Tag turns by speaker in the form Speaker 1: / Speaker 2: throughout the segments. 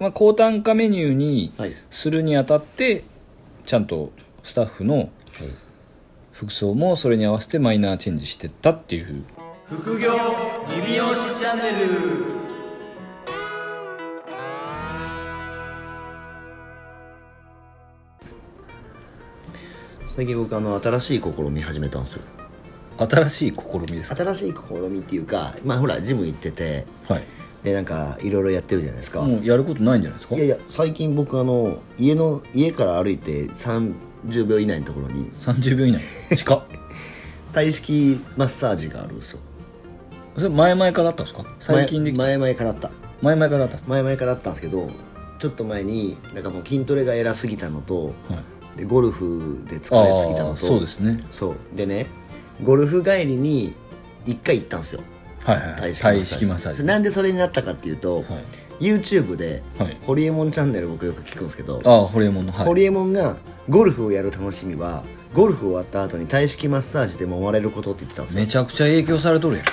Speaker 1: まあ、高単価メニューに
Speaker 2: はい
Speaker 1: するにあたってちゃんとスタッフの服装もそれに合わせてマイナーチェンジしてったっていう
Speaker 2: 副業リビオシチャンネル最近僕あの新しい試み始めたんですよ
Speaker 1: 新しい試みですか
Speaker 2: 新しい試みっていうかまあほらジム行ってて
Speaker 1: はい
Speaker 2: でなんかいろいろやってるじゃないですか、
Speaker 1: もうやることないんじゃないですか
Speaker 2: いやいや最近僕あの家の家から歩いて30秒以内のところに
Speaker 1: 30秒以内 近っ
Speaker 2: 体式マッサージがあるんですよ
Speaker 1: それ前々からあったんですか最近できた
Speaker 2: 前前々からあった
Speaker 1: 前々からあったんです
Speaker 2: 前々からあったんですけどちょっと前になんかもう筋トレが偉すぎたのと
Speaker 1: かはい
Speaker 2: でゴルフで疲れすぎた
Speaker 1: あ
Speaker 2: の
Speaker 1: あ
Speaker 2: と
Speaker 1: そうですね
Speaker 2: そうでねゴルフ帰りに一回行ったんですよ
Speaker 1: はいはいはい体式マッサージ
Speaker 2: それなんでそれになったかっていうと、
Speaker 1: はい
Speaker 2: YouTube で、
Speaker 1: はい
Speaker 2: ホリエモンチャンネル僕よく聞くんですけど
Speaker 1: ああホリエモンのはい
Speaker 2: ホリエモンがゴルフをやる楽しみはゴルフ終わった後に体式マッサージで揉まれることって言ってたんですよ
Speaker 1: めちゃくちゃ影響されとるやん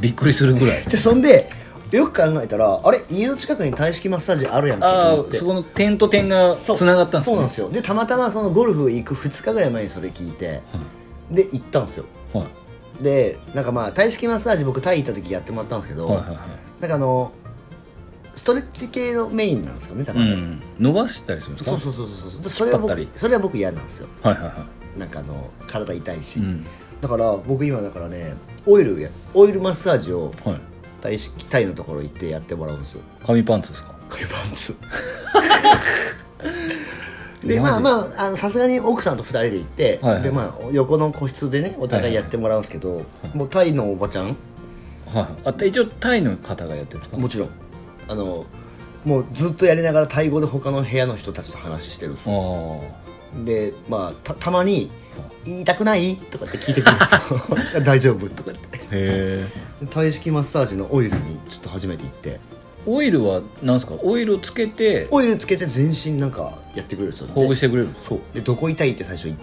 Speaker 1: びっくりするぐらい
Speaker 2: でそんでよく考えたらあれ家の近くに体式マッサージあるやんけと
Speaker 1: あ
Speaker 2: 思っ
Speaker 1: あ
Speaker 2: て
Speaker 1: そこの点と点がつながったんです
Speaker 2: そう
Speaker 1: ね
Speaker 2: なんですよでたまたまそのゴルフ行く2日ぐらい前にそれ聞いて、で行ったんですよ
Speaker 1: はい
Speaker 2: でなんかまあ体式マッサージ僕タイ行った時やってもらったんですけど、
Speaker 1: はいはいは
Speaker 2: なんかあのストレッチ系のメインなんですよね多
Speaker 1: い、う
Speaker 2: 分ね、
Speaker 1: ん、伸ばしたりするんですか
Speaker 2: そうそうそうそうそうでそれは
Speaker 1: 引っ張った
Speaker 2: 僕
Speaker 1: り
Speaker 2: それは僕嫌なんですよ
Speaker 1: はいはいは
Speaker 2: なんかあの体痛いし、
Speaker 1: いうん
Speaker 2: だから僕今だからねオイルやオイルマッサージを
Speaker 1: はい
Speaker 2: 体式体のところ行ってやってもらうんですよ
Speaker 1: 紙パンツですか
Speaker 2: こういうパンツ で
Speaker 1: マ
Speaker 2: まあ
Speaker 1: ジ
Speaker 2: まああのさすがに奥さんと2人で行って、
Speaker 1: はいはい
Speaker 2: でまあ、横の個室でねお互いやってもらうんですけど、もうタイのおばちゃん
Speaker 1: はいあ一応タイの方がやってるんですか
Speaker 2: もちろんあのもうずっとやりながらタイ語で他の部屋の人たちと話してるんですよ
Speaker 1: あ
Speaker 2: でまあたたまに「言いたくない?」とかって聞いてくるん ですよ「大丈夫?」とかって
Speaker 1: あへえ
Speaker 2: 体式マッサージのオイルにちょっと初めて行って
Speaker 1: オイルは何ですかオイルをつけて
Speaker 2: オイルつけて全身なんかやってくれるんですよ
Speaker 1: ほぐしてくれるんです
Speaker 2: そうでどこ痛いって最初に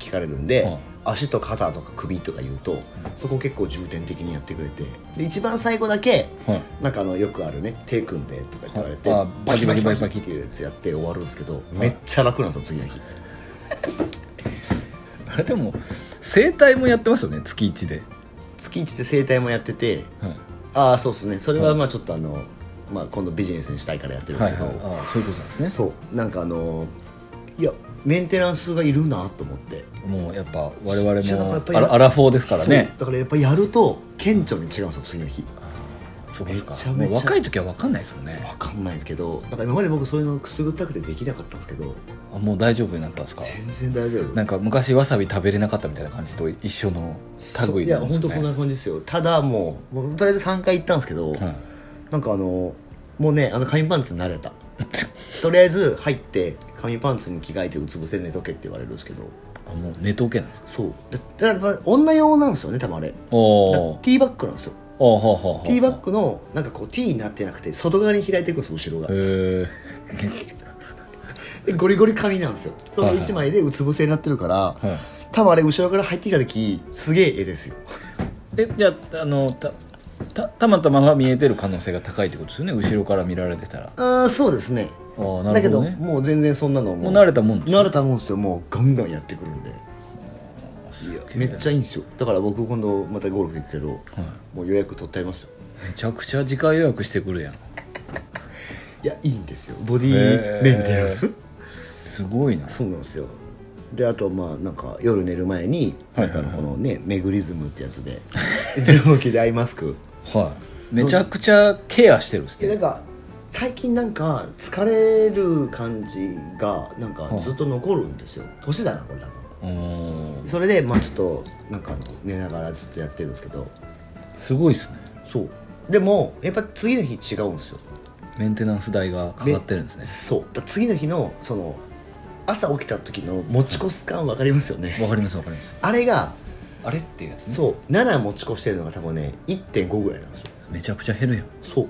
Speaker 2: 聞かれるんで、
Speaker 1: はい
Speaker 2: 足と肩とか首とか言うと、そこ結構重点的にやってくれてで一番最後だけ
Speaker 1: はい
Speaker 2: なんかあのよくあるね手組んでとか言われて、
Speaker 1: はいあ
Speaker 2: バ
Speaker 1: バ
Speaker 2: キ
Speaker 1: キ
Speaker 2: バ
Speaker 1: バ
Speaker 2: キ
Speaker 1: キ
Speaker 2: バ
Speaker 1: バ
Speaker 2: キ
Speaker 1: キバキ
Speaker 2: バキっていうやつやって終わるんですけど、めっちゃ楽なんですよ次の日
Speaker 1: あれでも整体もやってますよね月一で、
Speaker 2: 月一で整体もやってて
Speaker 1: はい、
Speaker 2: ああそうですねそれはまあちょっとあの、まあ、今度ビジネスにしたいからやってるんで
Speaker 1: はい
Speaker 2: すけ
Speaker 1: はい
Speaker 2: ど、
Speaker 1: ああそういうことなんですね
Speaker 2: そうなんかあのいやメンテナンスがいるなと思って
Speaker 1: もうやっぱ我々
Speaker 2: じゃあなんかやっぱ
Speaker 1: も
Speaker 2: り
Speaker 1: アラアラフォーですからね
Speaker 2: そうだからやっぱやると顕著に違うんですよ次の日
Speaker 1: そうかそう
Speaker 2: め
Speaker 1: か
Speaker 2: ちゃめちゃ
Speaker 1: もう若い時は分かんないですもんね
Speaker 2: わかんないんですけどなんか今まで僕そういうのくすぐったくてできなかったんですけど
Speaker 1: あもう大丈夫になったんですか
Speaker 2: 全然大丈夫
Speaker 1: なんか昔わさび食べれなかったみたいな感じと一緒の
Speaker 2: そう
Speaker 1: 類
Speaker 2: いや
Speaker 1: なんです
Speaker 2: 本当こん
Speaker 1: ね
Speaker 2: な感じですよただもうもうとりあえず3回行ったんですけど、
Speaker 1: はい
Speaker 2: なんかあのもうねあの紙パンツに慣れたとりあえず入って紙パンツに着替えてうつ伏せで寝とけって言われるんですけど
Speaker 1: あもう寝とけなんですか
Speaker 2: そうだだからやっぱ女用なんですよね多分あれだか
Speaker 1: お
Speaker 2: ら
Speaker 1: お
Speaker 2: ティーバッグなんですよ
Speaker 1: あはあはあはあ
Speaker 2: ティーバッグのなんかこう T になってなくて外側に開いていくんですよ後ろが
Speaker 1: へ
Speaker 2: でゴリゴリ紙なんですよその1枚でうつ伏せになってるから、
Speaker 1: え、はい、
Speaker 2: 多分あれ後ろから入ってきた時すげえ絵ですよ
Speaker 1: えじゃああのたたたまたまが見えてる可能性が高いってことですよね後ろから見られてたらあ
Speaker 2: ああそうですね
Speaker 1: あーな
Speaker 2: だけ
Speaker 1: るほど
Speaker 2: ど
Speaker 1: ね
Speaker 2: もう全然そんなの
Speaker 1: も
Speaker 2: も
Speaker 1: う慣れたもんです
Speaker 2: 慣れたもんですよもうガンガンやってくるんでいや
Speaker 1: げ
Speaker 2: め
Speaker 1: え
Speaker 2: っちゃいいんですよだから僕今度またゴルフ行くけど、もう予約取ってありますよ
Speaker 1: めちゃくちゃ次回予約してくるやん
Speaker 2: いやいいんですよボディメンテナンス
Speaker 1: すごいな
Speaker 2: そうなんですよであとまあなんか夜寝る前になんかあのこのねメグリズムってやつで 蒸気でアイマスク
Speaker 1: はいめちゃくちゃケアしてるんです
Speaker 2: で
Speaker 1: ね
Speaker 2: なんか最近なんか疲れる感じがなんかずっと残るんですよ年だなこれ多分
Speaker 1: うーん
Speaker 2: それでまあちょっとなんかあの寝ながらずっとやってるんですけど
Speaker 1: すごいですね
Speaker 2: そうでもやっぱ次の日違うんですよ
Speaker 1: メンテナンス代がかかってるんですね
Speaker 2: そうだから次の日のその朝起きた時の持ち越す感分かりますよね
Speaker 1: わかりますわかります
Speaker 2: あれが
Speaker 1: あれっていうやつね
Speaker 2: そう7持ち越してるのが多分ね1.5ぐらいなんですよ
Speaker 1: めちゃくちゃ減るやん
Speaker 2: そう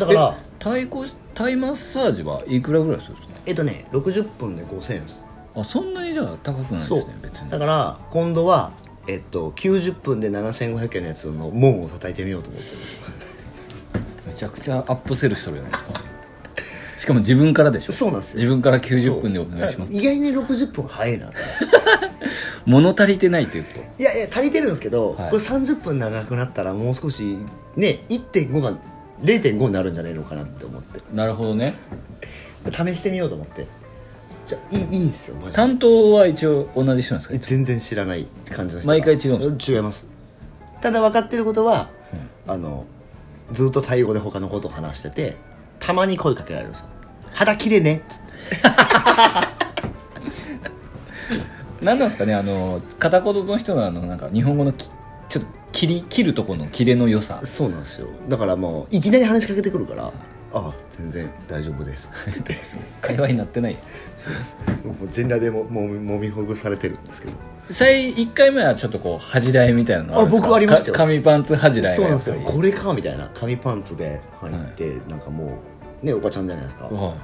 Speaker 2: だから
Speaker 1: えタイコタイマッサージはいくらぐらいするんですか
Speaker 2: えっとね60分で5000円です
Speaker 1: あそんなにじゃあ高くないです
Speaker 2: そう
Speaker 1: ね別に
Speaker 2: だから今度は、えっと、90分で7500円のやつの門を叩いてみようと思ってる
Speaker 1: めちゃくちゃアップセルしとるやんしかも自分からでしょ
Speaker 2: そうなんですよ
Speaker 1: 自分から90分でお願いします
Speaker 2: 意外に60分早いな
Speaker 1: 物足りてないっていうこと
Speaker 2: いやいや足りてるんですけど、
Speaker 1: はい
Speaker 2: これ30分長くなったらもう少しね1.5が0.5になるんじゃないのかなって思って
Speaker 1: なるほどね
Speaker 2: 試してみようと思ってじゃあいいいいんですよマジで
Speaker 1: 担当は一応同じ人なんですか
Speaker 2: え全然知らない感じの人が
Speaker 1: 毎回違うん
Speaker 2: 違いますただ分かってることは、あのずっとタイ語で他のことを話しててたまに声かけられるんですよ肌綺麗ねっつって
Speaker 1: 何なんですかねあの片言の人のあのなんか日本語のきちょっと切り切るとこの切れの良さ
Speaker 2: そうなんですよだからもういきなり話しかけてくるからああ全然大丈夫です っつって
Speaker 1: 会話になってない
Speaker 2: そうですもう全裸でももみもみほぐされてるんですけど
Speaker 1: 最1回目はちょっとこう恥じらいみたいなのるんですか
Speaker 2: あ僕ありましたよ
Speaker 1: か紙パンツ恥じらい
Speaker 2: そう
Speaker 1: が
Speaker 2: なん
Speaker 1: や
Speaker 2: で
Speaker 1: っ
Speaker 2: す
Speaker 1: ぱ
Speaker 2: よ
Speaker 1: り
Speaker 2: これかみたいな紙パンツで入って、なんかもうねおばちゃんじゃないですか
Speaker 1: はい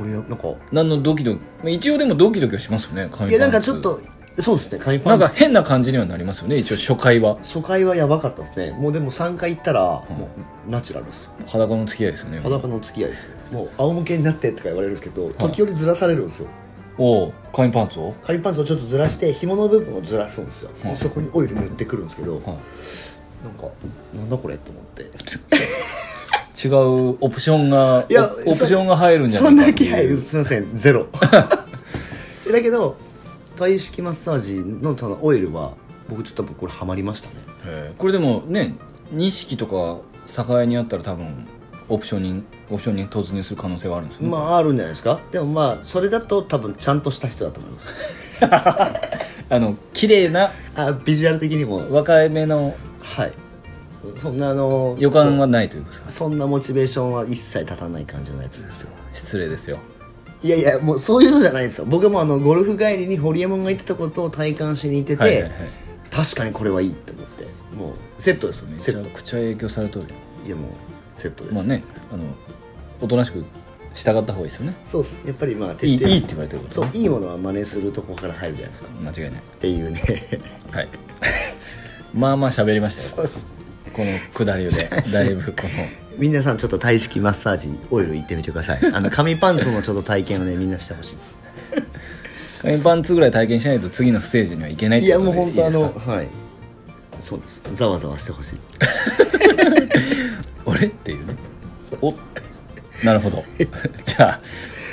Speaker 2: 俺なんか
Speaker 1: 何のドキドキ一応でもドキドキはしますよね紙パンツ
Speaker 2: いやなんかちょっとそうですね紙パ
Speaker 1: な
Speaker 2: ン
Speaker 1: ん
Speaker 2: ツ
Speaker 1: か変な感じにはなりますよね一応初回は
Speaker 2: 初回はやばかったですねもうでも3回行ったらもうナチュラルですよ
Speaker 1: 裸の付き合いですよね
Speaker 2: 裸の付き合いですよもう仰向けになってとか言われるんですけど時折ずらされるんですよ
Speaker 1: おう紙パンツを
Speaker 2: 紙パンツをちょっとずらして紐の部分をずらすんですよ、そこにオイル塗ってくるんですけど、
Speaker 1: は
Speaker 2: なんかなんだこれと思っ
Speaker 1: 違
Speaker 2: て
Speaker 1: うオプションが
Speaker 2: いや
Speaker 1: オオプションが入るんじゃ
Speaker 2: そ
Speaker 1: ないかっ
Speaker 2: んな
Speaker 1: て
Speaker 2: 気
Speaker 1: い
Speaker 2: 配
Speaker 1: う
Speaker 2: すいません ゼロだけど体式マッサージのそのオイルは僕ちょっとこれハマりましたね
Speaker 1: へえこれでもね錦とか栄にあったら多分オプションにオプションに突入する可能性はあるんですね、
Speaker 2: まああるんじゃないですかでもまあそれだと多分ちゃんとした人だと思います
Speaker 1: あの綺麗な
Speaker 2: あビジュアル的にも
Speaker 1: 若いめの
Speaker 2: はいそんなあの
Speaker 1: 予感はないというかさ
Speaker 2: そんなモチベーションは一切立たない感じのやつですよ
Speaker 1: 失礼ですよ
Speaker 2: いやいやもうそういうのじゃないですよ僕もあのゴルフ帰りにホリエモンが言ってたことを体感しに行ってて、
Speaker 1: はいはいはい
Speaker 2: 確かにこれはいいと思ってもうセットですよね
Speaker 1: め
Speaker 2: セ
Speaker 1: ちゃ
Speaker 2: ット
Speaker 1: くちゃ影響されてるよ
Speaker 2: いやもうセットです、
Speaker 1: まあねあのおとなしく従った方がいいですよね
Speaker 2: そうっすやっぱりまあ徹
Speaker 1: いいい
Speaker 2: 底
Speaker 1: いって言われてること
Speaker 2: そう
Speaker 1: ね
Speaker 2: いいものは真似するとこから入るじゃないですかっ
Speaker 1: 間違いない
Speaker 2: ていうね
Speaker 1: はい まあまあ喋りましたよ
Speaker 2: そうっす
Speaker 1: この下 りでだいぶこ
Speaker 2: 皆さんちょっと体式マッサージオイル行ってみてくださいあの紙パンツもちょっと体験をねみんなしてほしいです
Speaker 1: の紙パンツぐらい体験しないと次のステージにはいけないっ
Speaker 2: い
Speaker 1: て
Speaker 2: や
Speaker 1: こ
Speaker 2: も
Speaker 1: と
Speaker 2: う
Speaker 1: でいい
Speaker 2: 本当あ
Speaker 1: です
Speaker 2: の
Speaker 1: か
Speaker 2: はいそうですざわざわしてほしい
Speaker 1: 俺っていうねおなるほど じゃあ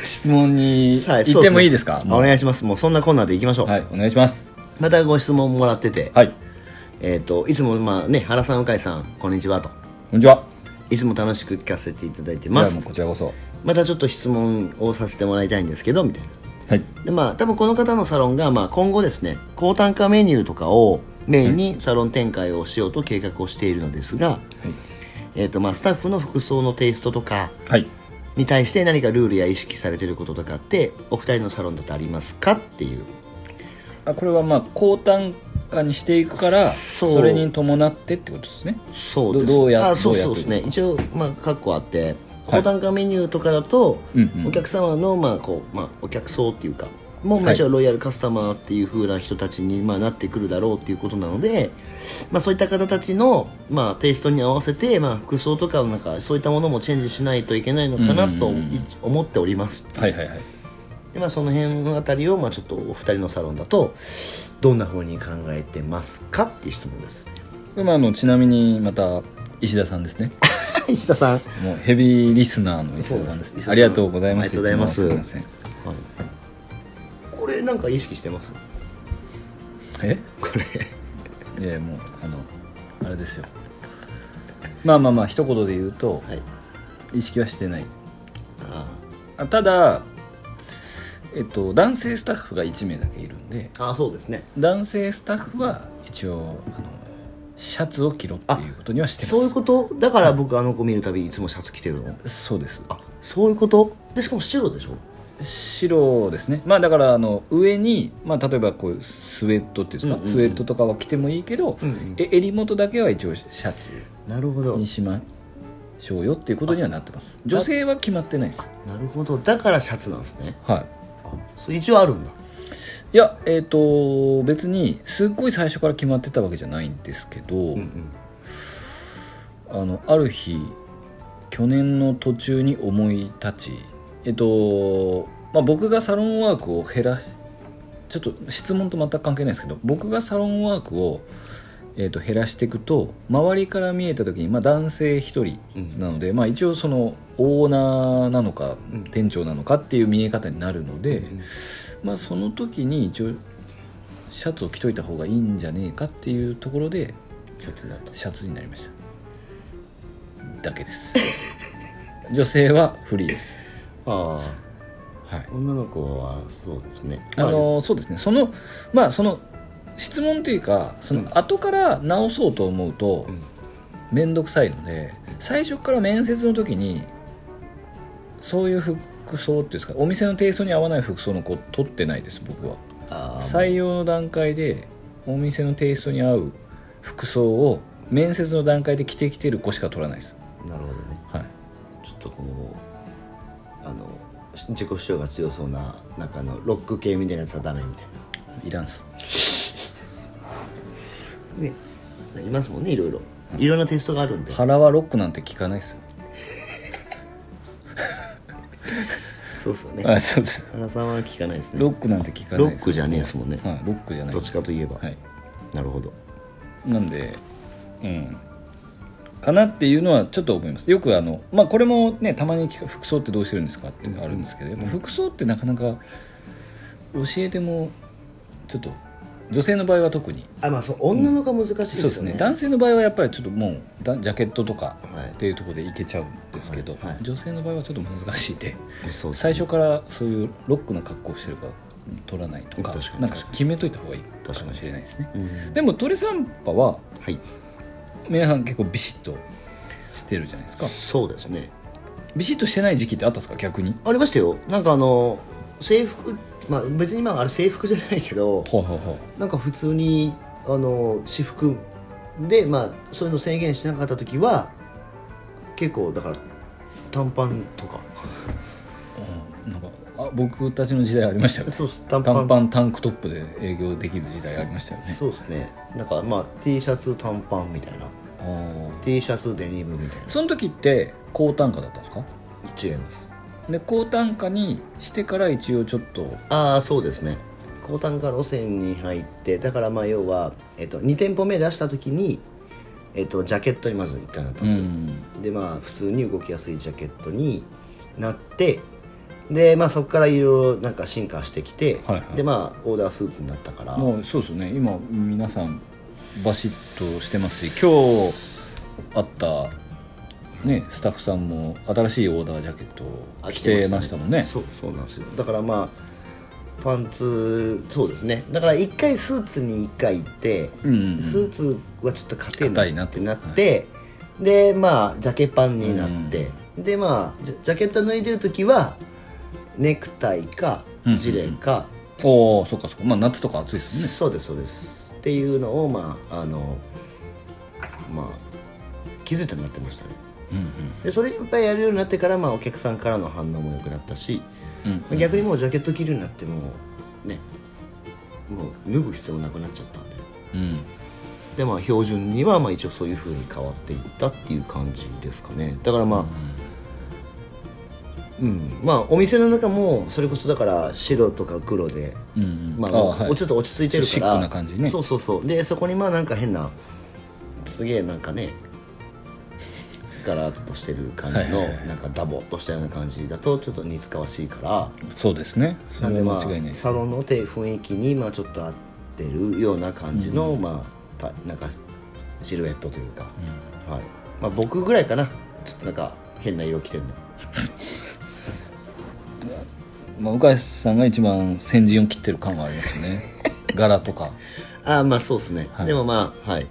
Speaker 1: 質問に
Speaker 2: はい
Speaker 1: 行ってもいいですか
Speaker 2: そうねお願いしますもうそんなこんなでいきましょう、
Speaker 1: はいお願いします
Speaker 2: またご質問もらってて、
Speaker 1: はいこ
Speaker 2: えっ、といつもまあね原さん向井さんこんにちはと
Speaker 1: んにちはい
Speaker 2: つも楽しく聞かせていただいて
Speaker 1: じ
Speaker 2: ま
Speaker 1: ゃあ
Speaker 2: す
Speaker 1: もうこちらこそ
Speaker 2: またちょっと質問をさせてもらいたいんですけどみたいな
Speaker 1: はい
Speaker 2: でまあ多分この方のサロンが、まあ、今後ですね高単価メニューとかをメインにサロン展開をしようと計画をしているのですが、えーとまあ、スタッフの服装のテイストとか
Speaker 1: はい
Speaker 2: に対して何かルールや意識されてることとかってお二人のサロンだとありますかっていう
Speaker 1: あこれはまあ高単価にしていくから
Speaker 2: そう
Speaker 1: それに伴ってってことですね
Speaker 2: そう
Speaker 1: ど
Speaker 2: です
Speaker 1: どうや
Speaker 2: あそう
Speaker 1: どうや
Speaker 2: そ
Speaker 1: っ
Speaker 2: う
Speaker 1: て
Speaker 2: で
Speaker 1: る
Speaker 2: すね一応まあ括弧あって高単価メニューとかだと、
Speaker 1: うんうん
Speaker 2: お客様のまあこう、まあ、お客層っていうかもうもちろんロイヤルカスタマーっていう風な人たちにまあなってくるだろうっていうことなので、まあ、そういった方たちのまあテイストに合わせてまあ服装とかなんかそういったものもチェンジしないといけないのかなと
Speaker 1: うんうんうん
Speaker 2: い思っております
Speaker 1: はいはいはい
Speaker 2: で、まあ、その辺のあたりをまあちょっとお二人のサロンだとどんな風に考えてますかっていう質問ですね
Speaker 1: でまああのちなみにまた石田さんですね
Speaker 2: 石田さん
Speaker 1: もうヘビーリスナーの石田さんです
Speaker 2: そうです
Speaker 1: ありがとうございます
Speaker 2: ありがとうございます
Speaker 1: つもすいま
Speaker 2: これなんか意識してます
Speaker 1: せんえ
Speaker 2: これ
Speaker 1: いやいやもうあのあれですよまあまあまあ一言で言うと
Speaker 2: はい
Speaker 1: 意識はしてないです
Speaker 2: あ
Speaker 1: あただえっと男性スタッフが1名だけいるんで
Speaker 2: ーあーそうですね
Speaker 1: 男性スタッフは一応あのシャツを着ろっていうことにはしてます
Speaker 2: そういうことだから僕あの子見るたびにいつもシャツ着てるの
Speaker 1: そうです
Speaker 2: あそういうことでしかも白でしょ
Speaker 1: 白ですねまあだからあの上に、まあ、例えばこういうスウェットっていうんですか、
Speaker 2: うんうんうん
Speaker 1: スウェットとかは着てもいいけど、
Speaker 2: うんうん
Speaker 1: え襟元だけは一応シャツ
Speaker 2: なるほど
Speaker 1: にしましょうよっていうことにはなってます女性は決まってないです
Speaker 2: なるほどだからシャツなんですね
Speaker 1: はい
Speaker 2: あそう一応あるんだ
Speaker 1: いやえっ、と別にすっごい最初から決まってたわけじゃないんですけど、
Speaker 2: ん
Speaker 1: あのある日去年の途中に思い立ちえっと、まあ、僕がサロンワークを減らちょっと質問と全く関係ないですけど僕がサロンワークを、えっと、減らしていくと周りから見えた時に、まあ、男性一人なので、まあ、一応そのオーナーなのか
Speaker 2: うん
Speaker 1: 店長なのかっていう見え方になるので、
Speaker 2: うん
Speaker 1: まあ、その時に一応シャツを着といた方がいいんじゃねえかっていうところで
Speaker 2: ちょっとなった
Speaker 1: シャツになりましただけです 女性はフリーです
Speaker 2: ああ
Speaker 1: はい
Speaker 2: 女の子はそうですね
Speaker 1: あのそうですねそのまあその質問というかその後から直そうと思うと
Speaker 2: うん
Speaker 1: 面倒くさいので最初から面接の時にそういう服装っていうんですかお店の提訴に合わない服装の子取ってないです僕は
Speaker 2: あー
Speaker 1: 採用の段階でお店のテイストに合う服装を面接の段階で着てきてる子しか取らないです、
Speaker 2: なるほどね
Speaker 1: はい、
Speaker 2: ちょっとこうあの自己主張が強そうななんかあのロック系みたいなやつはダメみたい
Speaker 1: いらんっす
Speaker 2: なねいますもんねいろいろいろんなテストがあるんで
Speaker 1: 腹はロックなんて聞かないっすよ
Speaker 2: そうですよね
Speaker 1: あそうです
Speaker 2: 原さんは聞かないですね
Speaker 1: ロックなんて聞かない
Speaker 2: ロ
Speaker 1: で
Speaker 2: ッ
Speaker 1: す
Speaker 2: クじゃねえですもんね
Speaker 1: はい、ロックじゃない
Speaker 2: どっちかといえば、
Speaker 1: はい
Speaker 2: なるほど
Speaker 1: なんでうんかなっていうのはちょっと思いますよくあのまあこれもねたまに聞く服装ってどうしてるんですかってあるんですけど、やっぱ服装ってなかなか教えてもちょっと女性の場合は特に
Speaker 2: あまあそう女の子は難しいです
Speaker 1: そう
Speaker 2: よ
Speaker 1: で
Speaker 2: ね,、
Speaker 1: すね男性の場合はやっぱりちょっともうだジャケットとか
Speaker 2: はい
Speaker 1: っていうところでいけちゃうんですけど、
Speaker 2: はいはい
Speaker 1: 女性の場合はちょっと難しいで
Speaker 2: そうですね
Speaker 1: 最初からそういうロックな格好をしてるか取らないとか
Speaker 2: 確かに
Speaker 1: なんか決めといた方がいい
Speaker 2: 確か
Speaker 1: か
Speaker 2: に
Speaker 1: もしれないですね
Speaker 2: うん
Speaker 1: でも鳥散歩は
Speaker 2: はい
Speaker 1: 皆さん結構ビシッとしてるじゃないですか
Speaker 2: そうですね
Speaker 1: ビシッとしてない時期ってあったんですか逆に
Speaker 2: ありましたよなんかあの制服まあ別に今あれ制服じゃないけど
Speaker 1: ほうほうほう
Speaker 2: なんか普通にあの私服でまあそういうの制限しなかった時は結構だから短パンとか
Speaker 1: うんなんかあ僕たちの時代ありましたよね
Speaker 2: そうっす短パン
Speaker 1: 短パンタンクトップで営業できる時代ありましたよね
Speaker 2: そうですねなんかまあ T シャツ短パンみたいな
Speaker 1: あー
Speaker 2: T シャツデニムみたいな
Speaker 1: その時って高単価だったんですか
Speaker 2: 違います
Speaker 1: で高単価にしてから一応ちょっと
Speaker 2: ああそうですね高単価路線に入ってだからまあ要は、えっと、2店舗目出した時に、えっと、ジャケットにまず1回なったんですよ、
Speaker 1: ん
Speaker 2: でまあ普通に動きやすいジャケットになってでまあそこからいろいろなんか進化してきて、
Speaker 1: はいはい
Speaker 2: でまあオーダースーツになったから
Speaker 1: もうそうですよね今皆さんバシッとしてますし今日あった、ね、スタッフさんも新しいオーダージャケットを
Speaker 2: 飽
Speaker 1: 着
Speaker 2: き
Speaker 1: てましたもんね
Speaker 2: そうそうなんですよだからまあパンツそうですねだから一回スーツに一回行って、
Speaker 1: うんうんうん
Speaker 2: スーツはちょっと硬い
Speaker 1: 硬
Speaker 2: ない
Speaker 1: な
Speaker 2: っ
Speaker 1: と
Speaker 2: てなって、でまあジャケパンになって、でまあジャジャケット脱いでる時はネクタイか
Speaker 1: うんうんうん
Speaker 2: ジレか、
Speaker 1: おおそっかそっかまあ夏とか暑いですもんね
Speaker 2: そうですそうですっていうのをまああのまあ気づいたようになってましたねでそれいっぱいやるようになってから、まあ、お客さんからの反応も良くなったし、
Speaker 1: うんうん
Speaker 2: まあ逆にもうジャケット着るようになってもうねもう脱ぐ必要なくなっちゃったんで
Speaker 1: うんうん
Speaker 2: でまあ標準にはまあ一応そういう風に変わっていったっていう感じですかねだからまあうん、まあお店の中もそれこそだから白とか黒で
Speaker 1: うんうん
Speaker 2: まあ
Speaker 1: あはい
Speaker 2: ちょっと落ち着いてるから
Speaker 1: シックな感じね
Speaker 2: そうそうそうでそこにまあなんか変なすげえなんかねガラッとしてる感じの、
Speaker 1: はいはいはい
Speaker 2: なんかダボっとしたような感じだとちょっと似つかわしいから
Speaker 1: そうですねそ
Speaker 2: ん
Speaker 1: れ
Speaker 2: で
Speaker 1: は
Speaker 2: ま
Speaker 1: 間違いない
Speaker 2: あ
Speaker 1: です
Speaker 2: サロンのて雰囲気にまあちょっと合ってるような感じの、まあたなんかシルエットというか、はいまあ僕ぐらいかなちょっとなんか変な色着てるの
Speaker 1: まあ、鵜飼さんが一番先陣を切ってる感はありますよ ね柄とか
Speaker 2: ああまあそうですね、
Speaker 1: はい
Speaker 2: でもまあはい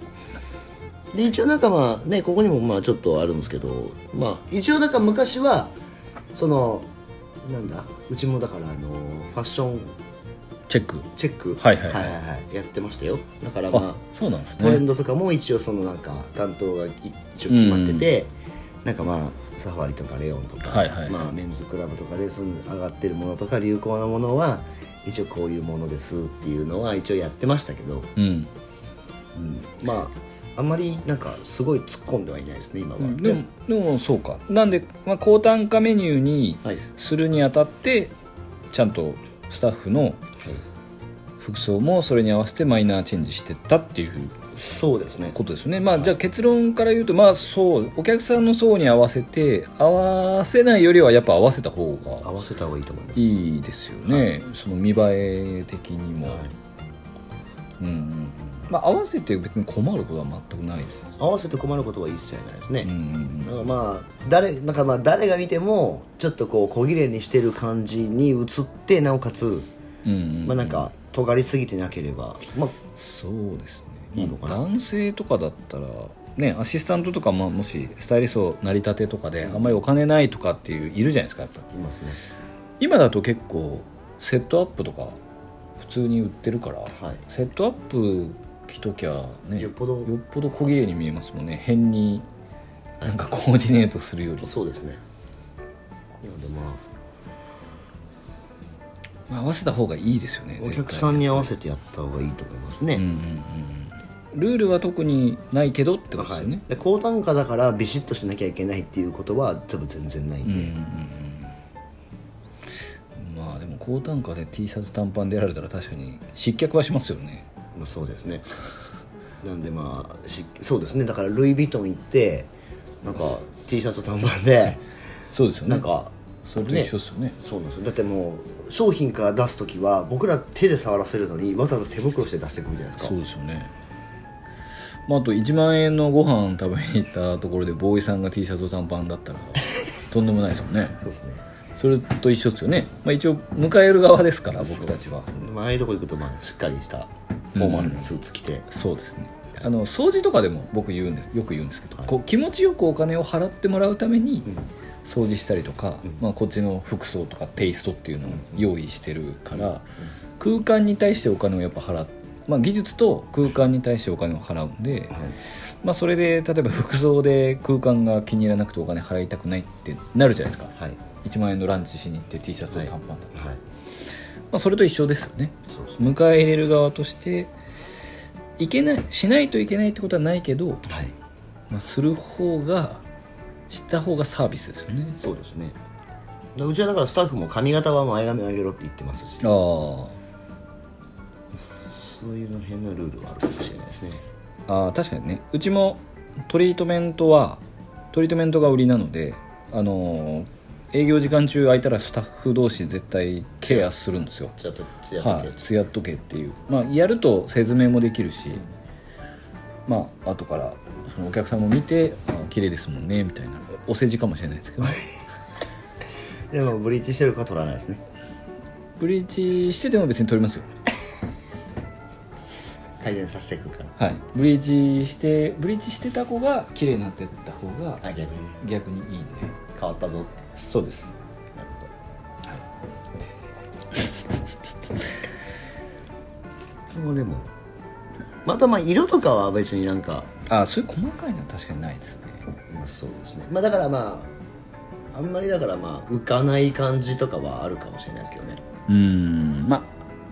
Speaker 2: で一応なんかまあねここにもまあちょっとあるんですけどまあ一応なんか昔はそのなんだうちもだからあのファッション
Speaker 1: チェック
Speaker 2: チェック
Speaker 1: はいはいは
Speaker 2: はいいはいはいやってましたよだからま
Speaker 1: あ
Speaker 2: あ
Speaker 1: そうなんです
Speaker 2: トレン
Speaker 1: ね
Speaker 2: ドとかも一応そのなんか担当が一応決まってて、なんかまあサファリとかレオンとか、
Speaker 1: はいはい
Speaker 2: まあ、メンズクラブとかでその上がってるものとか流行なものは一応こういうものですっていうのは一応やってましたけど、
Speaker 1: うん
Speaker 2: まああんまりなんかすごい突っ込んではいないですね今は、
Speaker 1: うんでもでもそうかなんで、まあ、高単価メニューに
Speaker 2: はい、
Speaker 1: するにあたってちゃんとスタッフの服装もそれに合わせてマイナーチェンジしてったっていう
Speaker 2: そうですね
Speaker 1: ことですよねまあじゃあ結論から言うとまあそうお客さんの層に合わせて合わせないよりはやっぱ合わせた方が
Speaker 2: 合わせた方がいいと思います
Speaker 1: いいですよね、その見栄え的にも、
Speaker 2: はい
Speaker 1: うんうんうんまあ合わせて別に困ることは全くないです
Speaker 2: 合わせて困ることは一切ないですね、
Speaker 1: うんうん
Speaker 2: だからまあ誰なんかまあ誰が見てもちょっとこう小切れにしてる感じに映ってなおかつ、
Speaker 1: うんうんうん
Speaker 2: まあなんか尖りすぎてなければ、まあ、
Speaker 1: そうですね
Speaker 2: いいのかな
Speaker 1: 男性とかだったらねアシスタントとか、まあ、もしスタイリストなりたてとかであんまりお金ないとかっていういるじゃないですかやっぱ
Speaker 2: いますね
Speaker 1: 今だと結構セットアップとか普通に売ってるから、
Speaker 2: はい
Speaker 1: セットアップ着ときゃね
Speaker 2: よっぽど
Speaker 1: よっぽど小切れに見えますもんね変になんかコーディネートするより、
Speaker 2: そうですねなのでまあ
Speaker 1: まあ合わせた方がいいですよね
Speaker 2: お
Speaker 1: 絶
Speaker 2: 客
Speaker 1: 対
Speaker 2: さんに合わせてやった方がいいと思います
Speaker 1: うんう
Speaker 2: ね、
Speaker 1: んうんルールは特にないけどってことです
Speaker 2: は
Speaker 1: よ
Speaker 2: い
Speaker 1: ね、
Speaker 2: で高単価だからビシッとしなきゃいけないっていうことは多分全然ないんで、
Speaker 1: まあでも高単価で T シャツ短パンでやられたら確かに失脚はしますよね
Speaker 2: まあ、そうですね なんでまあしそうですねだからルイ・ヴィトン行ってなんか T シャツ短パンで
Speaker 1: そうですよね
Speaker 2: なんか
Speaker 1: それと一緒ですよね
Speaker 2: そうなんですよだってもう商品から出す時は僕ら手で触らせるのにわざわざ手袋して出してくるじゃないですか
Speaker 1: そうですよねまあ、あと1万円のご飯食べに行ったところでボーイさんが T シャツと短パンだ ったらとんでもないですよね
Speaker 2: そうですね
Speaker 1: それと一緒ですよね、まあ、一応迎える側ですから僕たちは
Speaker 2: まあああいうとこ行くとまあしっかりしたフォーマルなスーツ着て、
Speaker 1: そうですねあの掃除とかでも僕言うんですよく言うんですけど、こう気持ちよくお金を払ってもらうために掃除したりとか、まあ、こっちの服装とかテイストっていうのを用意してるから、空間に対してお金をやっぱ払っまあ、技術と空間に対してお金を払うんで、
Speaker 2: はい
Speaker 1: まあ、それで例えば服装で空間が気に入らなくてお金払いたくないってなるじゃないですか
Speaker 2: はい
Speaker 1: 1万円のランチしに行って T シャツと短パンだ、
Speaker 2: は
Speaker 1: ま
Speaker 2: い
Speaker 1: あ、それと一緒ですよね
Speaker 2: そうですね
Speaker 1: 迎え入れる側としていけないしないといけないってことはないけど、
Speaker 2: はい
Speaker 1: まあ、する方がした方がサービスですよね
Speaker 2: そうですねでうちはだからスタッフも髪型は前髪上げろって言ってますし
Speaker 1: あー
Speaker 2: そういうの辺のルールはあるかもしれないですね
Speaker 1: あー確かにねうちもトリートメントはトリートメントが売りなのであのー営業時間中空いたらスタッフ同士絶対ケアするんですよ
Speaker 2: ちょっとツヤ
Speaker 1: はい、つやっとけっていう、まあ、やると説明もできるし、まあ後からそのお客さんも見て「あ綺麗ですもんね」みたいなお世辞かもしれないです けど
Speaker 2: でもブリーチしてるか取らないですね
Speaker 1: ブリーチしてても別に取りますよ
Speaker 2: 改善させていくから
Speaker 1: はいブリーチしてブリーチしてた子が綺麗になってった方が
Speaker 2: あ逆に
Speaker 1: 逆にいいんで
Speaker 2: 変わったぞ
Speaker 1: そうです
Speaker 2: なるほど もうでもまたまあ色とかは別になんか
Speaker 1: あそういう細かいのは確かにないですね
Speaker 2: まあそうですねまあだからまああんまりだからまあ浮かない感じとかはあるかもしれないですけどね
Speaker 1: うーんま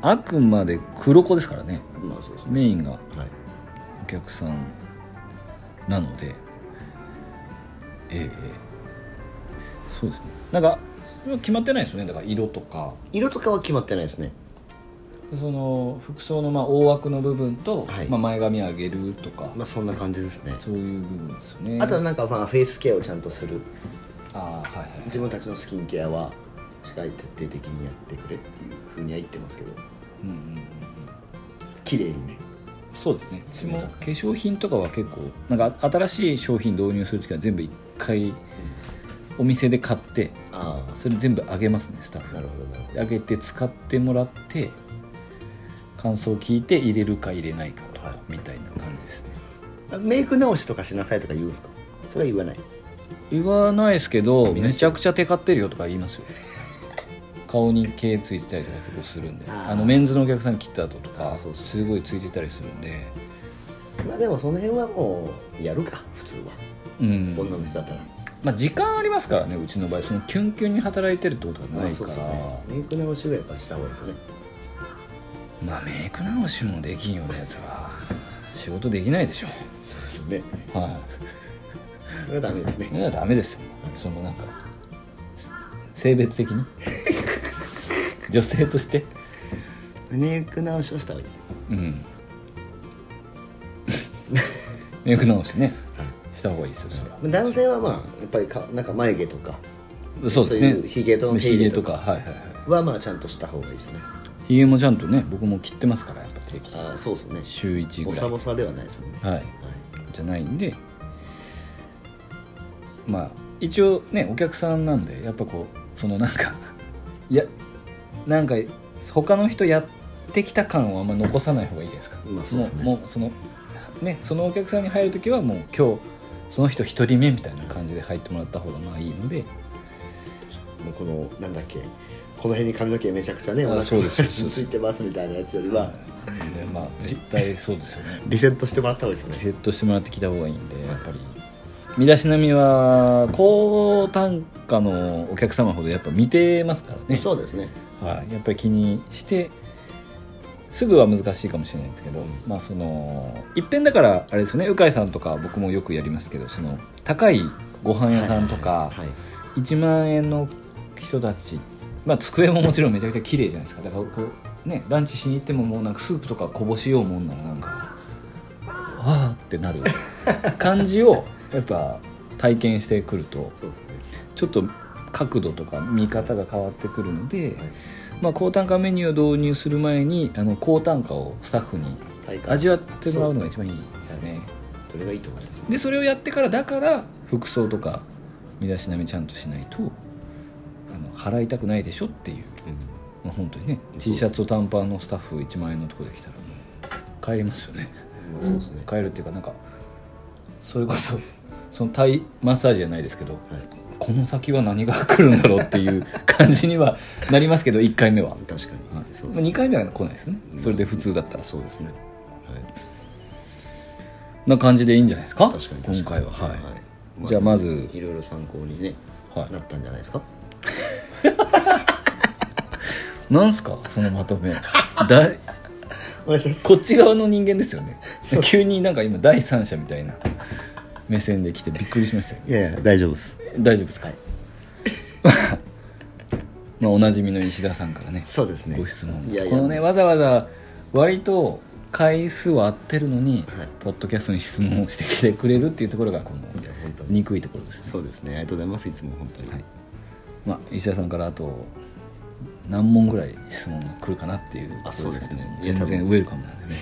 Speaker 1: ああくまで黒子ですからね
Speaker 2: まあそうですね
Speaker 1: メインが
Speaker 2: はい
Speaker 1: お客さんなのでええええそうですねなんか決まってないですよねだから色とか
Speaker 2: 色とかは決まってないですね
Speaker 1: その服装のまあ大枠の部分と、
Speaker 2: はい
Speaker 1: まあ、前髪上げるとか、
Speaker 2: まあそんな感じですね
Speaker 1: そういう部分ですよね
Speaker 2: あとはなんかまあフェイスケアをちゃんとする
Speaker 1: あーはいはい
Speaker 2: 自分たちのスキンケアはしっかり徹底的にやってくれっていうふうには言ってますけど
Speaker 1: うんうんうん
Speaker 2: 綺麗にね
Speaker 1: そうですねうちも化粧品とかは結構なんか新しい商品導入する時は全部一回お店で買って
Speaker 2: あ
Speaker 1: それ全部あげますねスタッ
Speaker 2: あ
Speaker 1: フ
Speaker 2: なるほどなるほ
Speaker 1: あげて使ってもらって感想を聞いて入れるか入れないかとかみたいな感じですね
Speaker 2: どメイク直しとかしなさいとか言うんですかそれは言わない
Speaker 1: 言わないですけどめちゃくちゃテカってるよとか言いますよ顔に毛ついてたりとか結構するんで
Speaker 2: あ
Speaker 1: あ
Speaker 2: ー
Speaker 1: のメンズのお客さん切った後とか
Speaker 2: あそうです
Speaker 1: すごいついてたりするんで
Speaker 2: まあでもその辺はもうやるか普通は
Speaker 1: うん
Speaker 2: 女の人だったら、
Speaker 1: まあ時間ありますからねうちの場合そのキュンキュンに働いてるってことが
Speaker 2: ま
Speaker 1: な
Speaker 2: あ
Speaker 1: い
Speaker 2: そ
Speaker 1: か
Speaker 2: うで
Speaker 1: ら
Speaker 2: すねメイク直しはやっぱした方がいいですよね
Speaker 1: まあメイク直しもできんようなやつは仕事できないでしょ
Speaker 2: ですよね
Speaker 1: は
Speaker 2: それはダメです
Speaker 1: い
Speaker 2: ね
Speaker 1: いやダメですよそのなんか性別的 に女性として
Speaker 2: メイク直しをした方がいい
Speaker 1: うん メイク直しねした方がいいですよそれは
Speaker 2: 男性はまあやっぱりかなんか眉毛とか
Speaker 1: そうですね
Speaker 2: そういうヒゲとの手
Speaker 1: ひ
Speaker 2: 入
Speaker 1: げ
Speaker 2: れ
Speaker 1: と
Speaker 2: と
Speaker 1: かはいはいはい
Speaker 2: はまあちゃんとした方がいいですね
Speaker 1: ひげもちゃんとね僕も切ってますからやっぱ定期的に
Speaker 2: ああそうですね
Speaker 1: 週1
Speaker 2: ボ
Speaker 1: ぐら
Speaker 2: サ
Speaker 1: い
Speaker 2: ボサではないですもんね、
Speaker 1: はい
Speaker 2: はい
Speaker 1: じゃないんでまあ一応ねお客さんなんでやっぱこうそのなんか いやなんか他の人やってきた感をあんま残さない方がいいじゃないですか、
Speaker 2: まあそうですね
Speaker 1: もうもうそのねそのお客さんに入る時はもう今日その人一人目みたいな感じで入ってもらった方がまあいいので
Speaker 2: もうこのなんだっけこの辺に髪の毛めちゃくちゃね
Speaker 1: あ
Speaker 2: お腹
Speaker 1: そうですそうです
Speaker 2: ついてますみたいなやつよりは
Speaker 1: でまあ絶対そうですよね
Speaker 2: リセットしてもらった方がいいで
Speaker 1: リ
Speaker 2: すよね
Speaker 1: セットしてもらってきた方がいいんでやっぱり身だしなみは高単価のお客様ほどやっぱ見てますからね、
Speaker 2: そうですね
Speaker 1: はい、やっぱり気にしてすぐは難しいかもしれないですけど、まあそのいっぺんだからあれですよね鵜飼さんとか僕もよくやりますけどその高いご飯屋さんとか
Speaker 2: はい
Speaker 1: 1万円の人たち、まあ、机ももちろんめちゃくちゃ綺麗じゃないですかだからこうねランチしに行ってももうなんかスープとかこぼしようもんならなんかああってなる感じをやっぱ体験してくると
Speaker 2: そうですね
Speaker 1: ちょっと角度とか見方が変わってくるので、まあ、高単価メニューを導入する前にあの高単価をスタッフに
Speaker 2: 体感
Speaker 1: 味わってもらうのが一番いいですね。
Speaker 2: それがいいと思います
Speaker 1: でそれをやってからだから服装とか身だしなみちゃんとしないとあの払いたくないでしょっていう、まあ、本当にね
Speaker 2: そう
Speaker 1: T シャツと短パンのスタッフ1万円のとこできたらもう帰りますよね
Speaker 2: まあそうですね
Speaker 1: 帰るっていうかなんかそれこそそのタイマッサージじゃないですけど
Speaker 2: はい
Speaker 1: この先は何が来るんだろうっていう感じにはなりますけど1回目は、
Speaker 2: 確かに、
Speaker 1: はい
Speaker 2: そう
Speaker 1: まあ、
Speaker 2: ですね
Speaker 1: 2回目は来ないですよねそれで普通だったら
Speaker 2: そうですねはい
Speaker 1: な感じでいいんじゃないですか
Speaker 2: 確かに確かに
Speaker 1: 今回ははい、
Speaker 2: まあ
Speaker 1: じゃあまず
Speaker 2: いろいろ参考にね、
Speaker 1: はい
Speaker 2: なったんじゃないですか
Speaker 1: なんすかそのまとめだい
Speaker 2: お願いします
Speaker 1: こっち側の人間ですよね急になんか今第三者みたいな目線で来てびっくりしましたよ
Speaker 2: いやいや大丈夫です
Speaker 1: 大丈夫ですか、 まあおなじみの石田さんからね
Speaker 2: そうですね
Speaker 1: ご質問
Speaker 2: いやいや
Speaker 1: このねわざわざ割と回数は合ってるのに、
Speaker 2: はい
Speaker 1: ポッドキャストに質問をしてきてくれるっていうところがこの
Speaker 2: いや本当に
Speaker 1: 憎いところですね
Speaker 2: そうですねありがとうございますいつも本当に、
Speaker 1: はいまあ、石田さんからあと何問ぐらい質問が来るかなっていうところ
Speaker 2: あそうですね
Speaker 1: けど
Speaker 2: い
Speaker 1: 全
Speaker 2: や
Speaker 1: 然
Speaker 2: 多
Speaker 1: ウェルカムなんで ね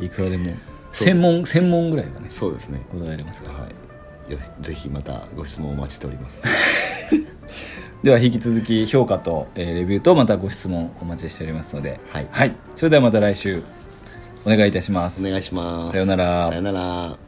Speaker 1: いくらでも専門専門ぐらいはね
Speaker 2: そうですね
Speaker 1: 答えれますから
Speaker 2: はいよぜひまたご質問お待ちしております
Speaker 1: では引き続き評価と、えーレビューとまたご質問お待ちしておりますので
Speaker 2: はい
Speaker 1: それではまた来週お願いいたします
Speaker 2: お願いします
Speaker 1: さよなら
Speaker 2: さよなら